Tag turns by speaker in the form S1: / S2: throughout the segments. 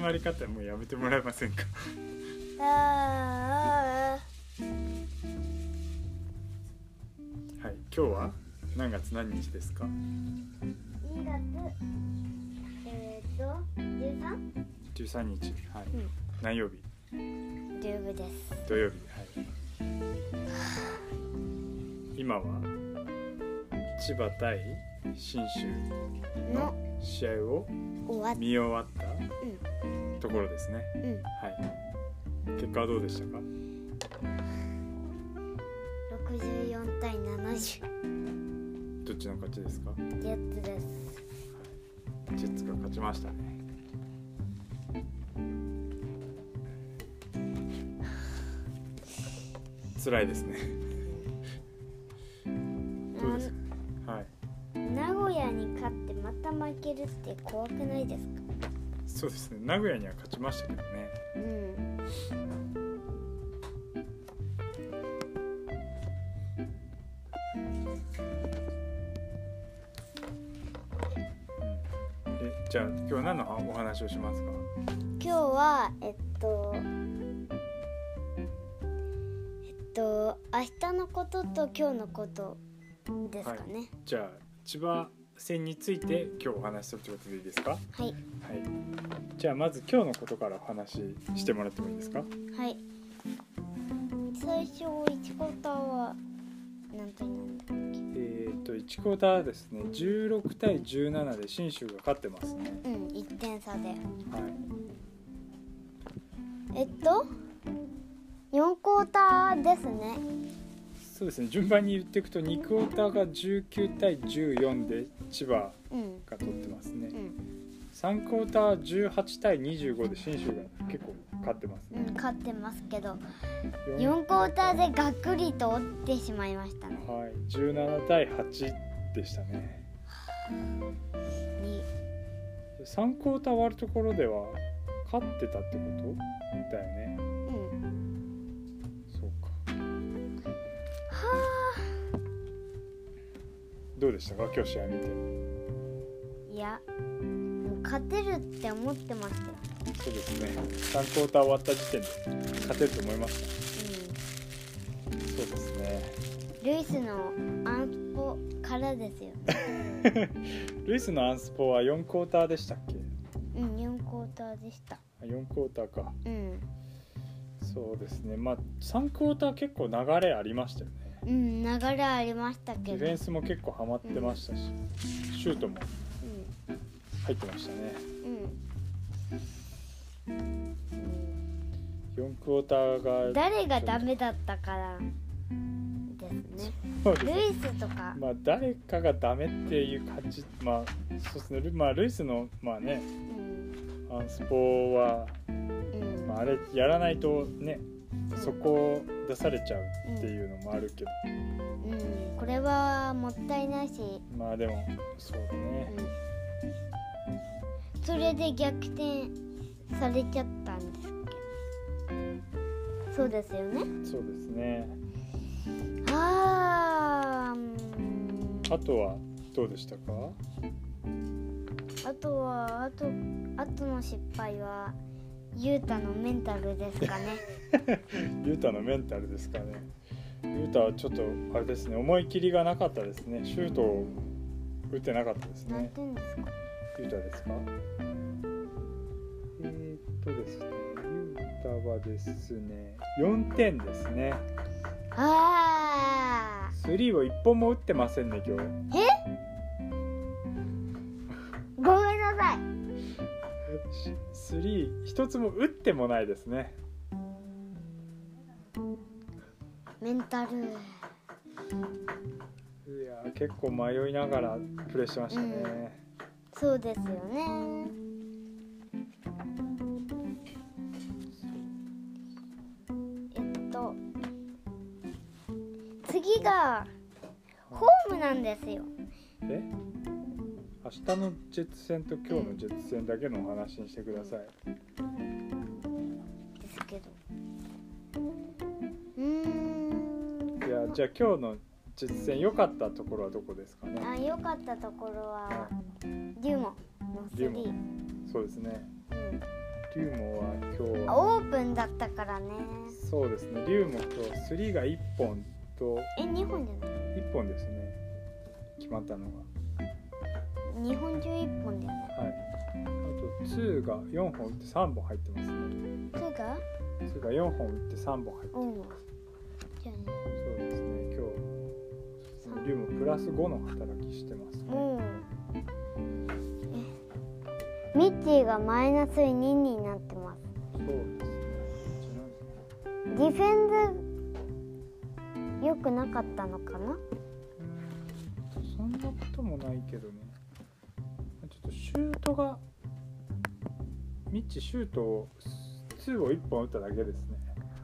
S1: まり方もうやめてもらえません か
S2: あ
S1: はい今日は何月何日ですか
S2: ー2月えー、っと13
S1: 13日はい、
S2: ん
S1: 何曜日
S2: ルーブです
S1: 土曜日はい今は千葉対信州の試合を
S2: 終わっ
S1: 見終わったところですね、
S2: うん6
S1: はい結果はどうでしたか
S2: 4対70
S1: どっちの勝ちですか
S2: ジェッツです
S1: ジェッツが勝ちましたね辛いですねどうですかはい
S2: 名古屋に勝ってまた負けるって怖くないですか
S1: そうですね名古屋には勝ちましたけどね
S2: うん
S1: えじゃあ今日は何のお話をしますか
S2: 今日はえっとえっと明日のことと今日のことですかね
S1: じゃあ千葉戦について今日お話しするということでいいですかはい
S2: はい
S1: じゃあまず今日のことからお話ししてもらってもいいですか
S2: はい。最初一コーターは何点なんだっけ？
S1: えー、と1クォーターはですね16対17で信州が勝ってますね、
S2: うん、一点差で。
S1: はい、
S2: えっと、四コーターですね。
S1: そうですね順番に言っていくと2クォーターが19対14で千葉
S2: うん。
S1: が取ってますね
S2: うん、
S1: 3クォーターは18対25で信州が結構勝ってます
S2: うん
S1: ね、
S2: 勝ってますけど、
S1: 四
S2: 四コーターでがっくりと折ってしまいましたね。
S1: はい、17対8でしたね
S2: に、
S1: 3クォーター終わるところでは勝ってたってことだよね
S2: うん。
S1: そうかどうでしたか今日試合見て
S2: いや、もう勝てるって思ってましたよ。
S1: そうですね。3クォーター終わった時点で勝てると思いました。そうですね。
S2: うん。ルイスのアンポからですよ。
S1: ルイスのアンスポは4クォーターでしたっけ
S2: うん、四コーターでした。
S1: あ ?4 クォーターか。
S2: うん。
S1: そうですね。まあ3クォーター結構流れありましたよね。
S2: うん、流れありました
S1: デ
S2: け
S1: ィ
S2: ど
S1: フ。ェンスも結構ハマってましたし、シュートも
S2: う
S1: 入ってましたね。
S2: ん、うん。
S1: 4クォーターが
S2: 誰がダメだったから。ですね。
S1: そうです
S2: ル
S1: ね
S2: イスとか。
S1: まあ誰かがダメっていう感じ、まあそうですね。ルまあルイスのまあね
S2: うん。
S1: アンスポは
S2: うん。
S1: まあ、あれやらないとねそこを出されちゃうっていうのもあるけど、
S2: うん。これはもったいないし。
S1: まあでもそうだ
S2: う
S1: ね、
S2: ん。それで逆転。されちゃったんですっけ。そうですよね。
S1: そうですね
S2: ああ。うん
S1: あとはどうでしたか
S2: あとはあとあとの失敗はユータのメンタルですかね。
S1: ユータのメンタルですかねユータはちょっとあれですね思い切りがなかったですねシュートを打ってなかったです
S2: なん
S1: ね
S2: て言うんですか。
S1: ユータですかえー、っとですねユータはですね4点ですね
S2: ああ、
S1: スリーを1本も打ってませんね今日
S2: ごめんなさい。
S1: スリー一つも打ってもないですね
S2: メンタル。
S1: いやー結構迷いながらプレーしてましたね、
S2: そうですよね。えっと次がホームなんですよ。
S1: え明日のジェッツ戦と今日のジェッツ戦だけのお話にしてください、
S2: ですけど。うーん。
S1: いやーじゃあ今日のジェッツ戦良かったところはどこですかね
S2: あ良かったところはデュモのスリ
S1: デュ
S2: ー、
S1: モそうですね
S2: うん
S1: 龍もは今日は
S2: オープンだったからね
S1: そうですね龍も今日スリーが1本と
S2: え2本じゃない
S1: 1本ですね決まったのが
S2: 日本中1本だよね
S1: はいあと2が4本打って3本入ってますね
S2: それが
S1: 2が4本打って3本入ってま
S2: うんじゃあね
S1: すそうですね今日龍もプラス5の働きしてますね
S2: もうえミッチーがマイナス2になってます
S1: そうですねじゃあ
S2: ディフェンス良くなかったのかな
S1: うーんそんなこともないけどねちょっとシュートがミッチシュートを2を1本打っただけですね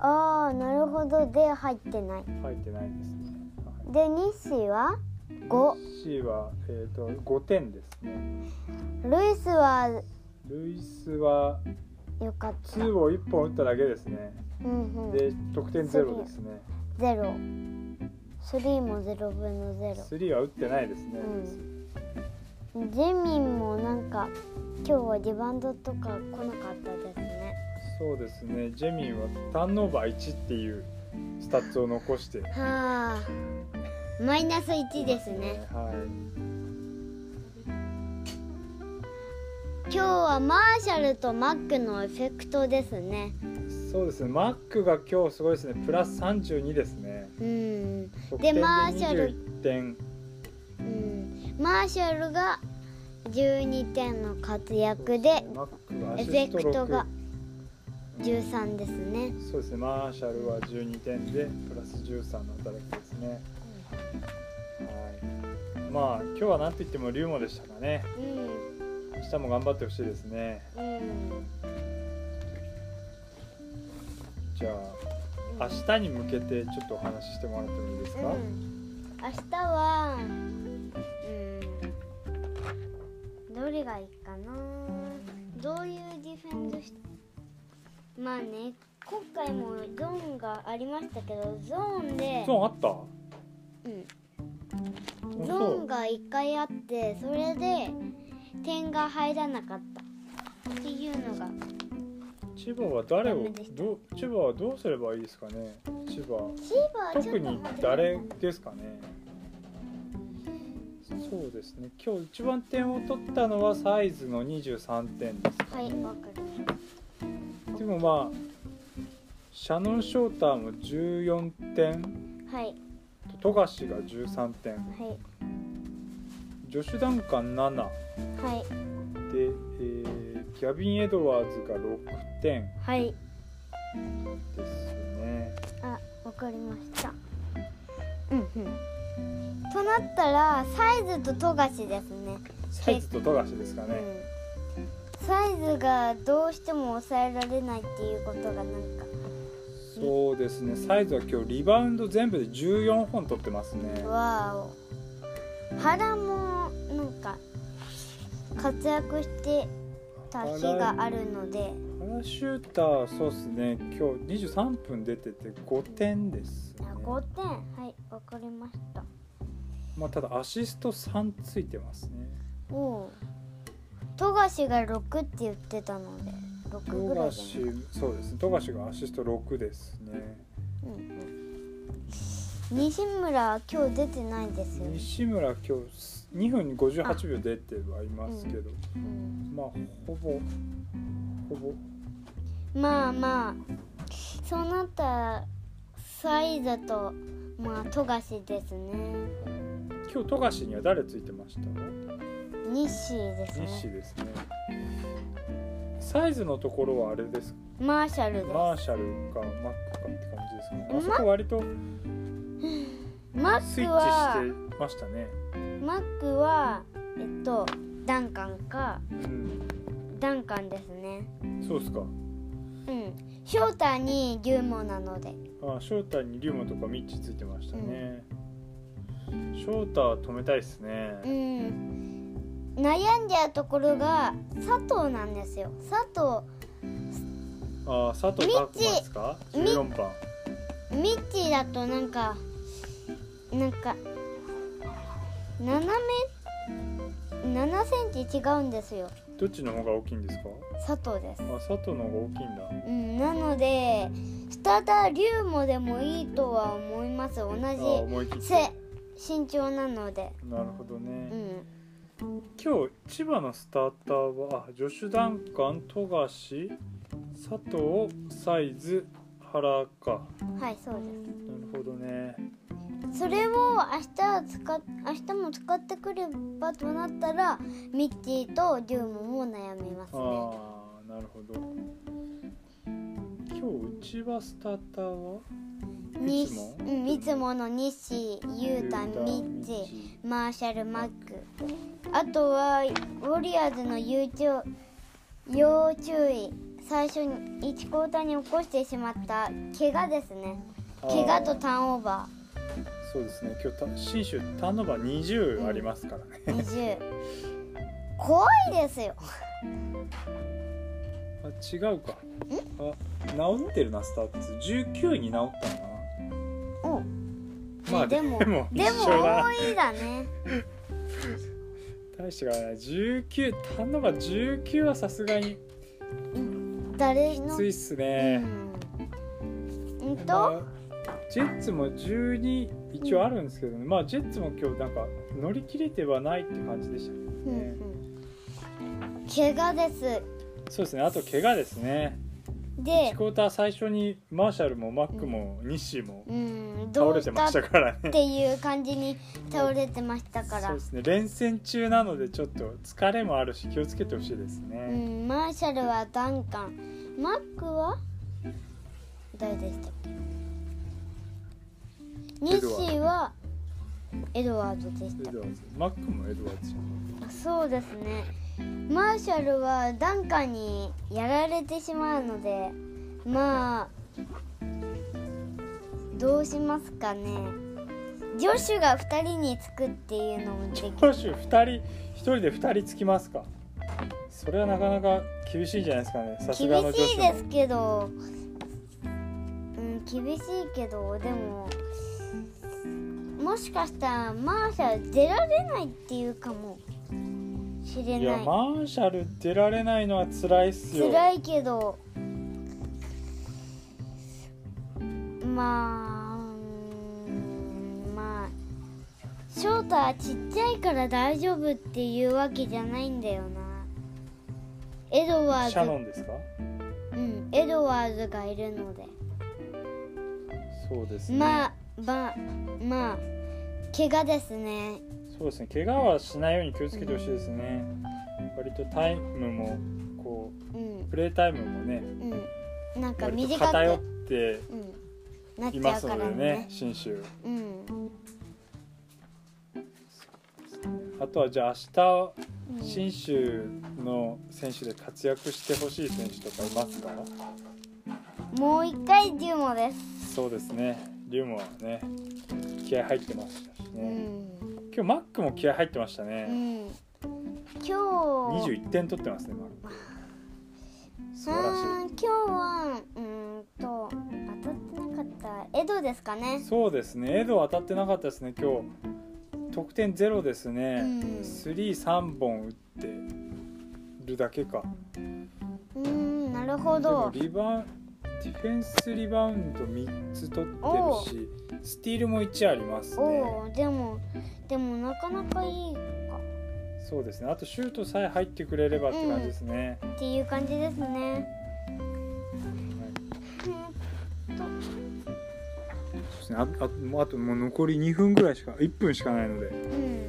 S2: ああなるほどで入ってない
S1: 入ってないですね、は
S2: でニッシーはい5、
S1: C は、えー、と5点ですね
S2: ルイスは
S1: ルイスは
S2: 良かった
S1: 2を1本打っただけですね
S2: うんうん
S1: で得点ゼロですね
S2: ゼロスリーもゼロ分のゼロ
S1: 3は打ってないですね、
S2: うんジェミンもなんか今日はリバウンドとか来なかったですね
S1: そうですねジェミンはターンオーバー1っていうスタッツを残して
S2: はあマイナス1ですね
S1: はい
S2: 今日はマーシャルとマックのエフェクトですね
S1: そうですね、マックが今日すごいですね、プラス32ですね。
S2: うん
S1: 得点で
S2: マーシャル
S1: 21点、
S2: うんマーシャルが12点の活躍で
S1: マックはア
S2: エ
S1: シ
S2: フ
S1: ス
S2: ェ
S1: ト
S2: クト
S1: 6
S2: が。13ですね
S1: そうですね、マーシャルは12点で、プラス13の働きですね。はい。まあ、今日はなんといっても龍モでしたかね。
S2: うん
S1: 明日も頑張ってほしいですね。
S2: うん
S1: じゃあ、明日に向けて、ちょっとお話ししてもらってもいいです
S2: う
S1: か。
S2: ん、明日はうんどれがいいかなどういうディフェンスしまあね今回もゾーンがありましたけどゾーンで
S1: ゾーンあった。
S2: うん、ゾーンが1回あってそれで点が入らなかったっていうのが
S1: 千葉は誰
S2: ダ
S1: を
S2: メでし、た
S1: どう、千葉はどうすればいいですかね。千葉。
S2: 千葉はちょっ
S1: 特
S2: と
S1: に
S2: 外れた
S1: 誰ですかねそうですね今日一番点を取ったのはサイズの23点ですか
S2: は
S1: ね、
S2: いわかりました
S1: でもまあシャノン・ショーターも14点
S2: はい
S1: 富樫が13点
S2: はい
S1: ジョシュ・ダンカン7
S2: はい
S1: で、えーギャビン・エドワーズが6点
S2: はい
S1: ですね
S2: あ、わかりました。うんうん。となったら、サイズと富樫ですね。
S1: サイズと富樫ですか
S2: う
S1: ね、
S2: ん。サイズがどうしても抑えられないっていうことがなんか。
S1: そうですねサイズは今日リバウンド全部で14本取ってますね
S2: わーお。原も、なんか。活躍して。た日があるので。
S1: パラシューター、そうですね、今日23分出てて5点です、ね
S2: あ、五点。はい、わかりました。
S1: まあ、ただアシスト3ついてますね。
S2: おお。富樫が六って言ってたので。六
S1: 富
S2: ぐらいじゃない
S1: 樫、そうですね、富樫がアシスト6ですね。
S2: うんうん西村今日出てないですよ、ね
S1: 西村、今日2分58秒出てはいますけど、
S2: うん
S1: まあ、ほぼ、ほぼ、
S2: まあまあそうなったらサイズとまあ富樫ですね
S1: 今日富樫には誰ついてました
S2: 西です
S1: 西
S2: ね
S1: ですね。サイズのところはあれです
S2: マーシャルです
S1: マーシャルかマックかって感じですかね。
S2: うん
S1: あそこ割と
S2: マッ
S1: スイ
S2: ク
S1: ッ
S2: は
S1: チしてましたね。
S2: マックはえっとダンカンか
S1: うん、
S2: ダンカンですね
S1: そうですか。
S2: うんショータに龍門なので
S1: あ、翔太に龍馬とかミッチついてましたね。翔太止めたいですね。
S2: うん、悩んじゃうところが佐藤なんですよ佐
S1: あ、佐藤拓磨ですか？
S2: ミッ
S1: 十
S2: チ
S1: 四番。
S2: 藤ミッチーだとなんかなんか斜め7センチ違うんですよ
S1: どっちの方が大きいんですか
S2: 佐藤です
S1: あ佐藤の方が大きいんだ
S2: うんなので下田龍もでもいいとは思います同
S1: あ
S2: じ
S1: 思い切って
S2: 背身長なので
S1: なるほどね、
S2: うん
S1: 今日千葉のスターターはあジョシュ・ダンカン富樫佐藤サイズ原か
S2: はいそうです
S1: なるほどね
S2: それを明日使っ明日も使ってくればとなったらミッチーとデューモも悩みますね
S1: ああなるほど今日うちはスターターは
S2: に
S1: いつも
S2: うんいつもの西ユータ
S1: ユータ
S2: ミッ
S1: ミッ
S2: チ
S1: チ
S2: ーマーシャルマックあとはウォリアーズの優勝要注意最初に1クォーターに起こしてしまった怪我ですね怪我と
S1: あー
S2: ターンオーバ
S1: そうですね今日た信州ターンオーバー20ありますからね、
S2: ー20 怖いですよ
S1: あ違うかあ治ってるなスターツ19に治ったのかな
S2: お
S1: まあ
S2: でも
S1: で
S2: で
S1: も
S2: も
S1: 一緒だ
S2: 多いだね
S1: 大して変わらない19ターンオーバー19はさすがに
S2: 誰
S1: き
S2: の
S1: ついっすね、
S2: うん、うん
S1: ま
S2: と、
S1: あジェッツも12一応あるんですけどね、まあジェッツも今日なんか乗り切れてはないって感じでしたけどね、
S2: うんうん怪我です
S1: そうですねあと怪我ですね1
S2: で
S1: クォーター最初にマーシャルもマックもニッシーも
S2: うんど
S1: 倒れ
S2: う
S1: て
S2: し
S1: ま
S2: た
S1: し
S2: った
S1: からね
S2: ていう感じに倒れてましたか
S1: そう
S2: ら
S1: ですね連戦中なのでちょっと疲れもあるし気をつけてほしいです
S2: う
S1: ね、
S2: んマーシャルはダンカンマックは誰でしたっけニッ
S1: ドワード
S2: シーはエドワードでし
S1: エ
S2: た
S1: ドワーズマックもエドワーズじゃない
S2: そうですねマーシャルはダンカンにやられてしまうのでまあどうしますかねジョシュが2人につくっていうのもできる
S1: 投手2人1人で2人つきますかそれはなかなか厳しいんじゃないですかねさすがの
S2: 厳
S1: 女
S2: し
S1: 子
S2: いですけどうん厳しいけどでももしかしたらマーシャル出られないっていうかもしれ
S1: いや
S2: ない
S1: マーシャル出られないのは辛いっすよ
S2: 辛いけどまあうーんまあ翔太はちっちゃいから大丈夫っていうわけじゃないんだよなエドワ
S1: シャノ
S2: ーズ
S1: ンですか
S2: うんエドワーズがいるので
S1: そうですね、
S2: まあまあまあ怪我ですね
S1: そうですね怪我はしないように気をつけてほしいですね割とタイムもこ
S2: うん
S1: うプレータイムもね
S2: うんなんか
S1: 割と
S2: 短く
S1: 偏って
S2: うん、なっ
S1: い
S2: ち
S1: ま
S2: ゃう
S1: す
S2: から
S1: のでね
S2: ね
S1: 信州
S2: うん
S1: あとはじゃあ明
S2: うん
S1: 日信州の選手で活躍してほしい選手とかいますか
S2: もう一回デュモです
S1: そうですね、リュウモはね、気合入ってましたし
S2: う
S1: ね。
S2: ん、
S1: 今日マックも気合入ってました
S2: う
S1: ね。
S2: ん、今
S1: 二十
S2: 日
S1: 一点取ってますね、マック。素晴
S2: あ
S1: ら
S2: ー今日はうーんと当たってなかったエドですかね
S1: しい。そうですね、エドは当たってなかったですね、今日。得点ゼロですね
S2: う。ん
S1: スリー三本打ってるだけか。
S2: うーんなるほ
S1: でも
S2: ど
S1: リバウンディフェンスリバウンド3つ取
S2: おう
S1: ってるし、スティールも1ありますね。
S2: おおでもでもなかなかいい
S1: そうですね、あとシュートさえ入ってくれればって感じですね。
S2: っていう感じですね
S1: は
S2: う
S1: い
S2: ん
S1: そうですね。ああもうあともう残り2分ぐらいしか1分しかないので、
S2: う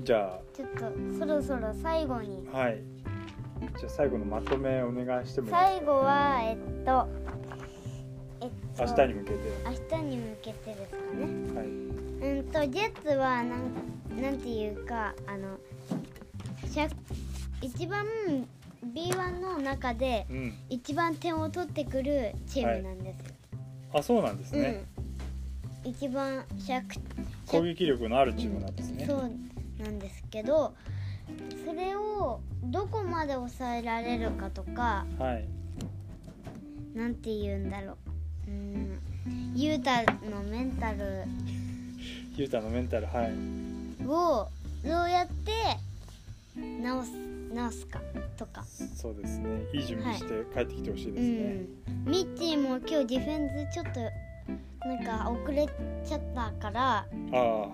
S2: ん
S1: じゃ
S2: ちょっとそろそろ最後に
S1: あはい。じゃあ最後のまとめお願いしてもいい
S2: 最後はえっとえっと
S1: 明日に向けて。
S2: 明日に向けてですかね
S1: はい。
S2: うんとジェッツはなんなんていうかあのしゃ一番 B1 の中で
S1: うん。
S2: 一番点を取ってくるチームなんですよ、
S1: あそうなんですね。
S2: うん一番しゃく
S1: 攻撃力のあるチームなんですね。
S2: そうなんですけどそれをどこまで抑えられるかとか
S1: はい。
S2: なんて言うんだろううんユータのメンタル
S1: ユータのメンタルはい。
S2: をどうやって直す直すかとか。
S1: そうですねいい準備して帰ってきてほしいですね、
S2: うん、ミッチーも今日ディフェンスちょっとなんか遅れちゃったから
S1: あ
S2: あ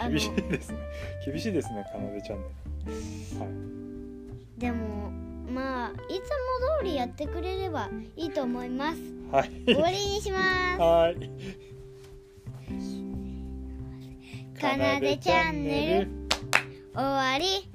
S1: あ
S2: の
S1: 厳しいで すね厳しいですねかなでちゃんねはい
S2: でもまあいつも通りやってくれればいいと思い ます
S1: はい
S2: 終わりにしま
S1: はい
S2: すかなでチャンネル終わり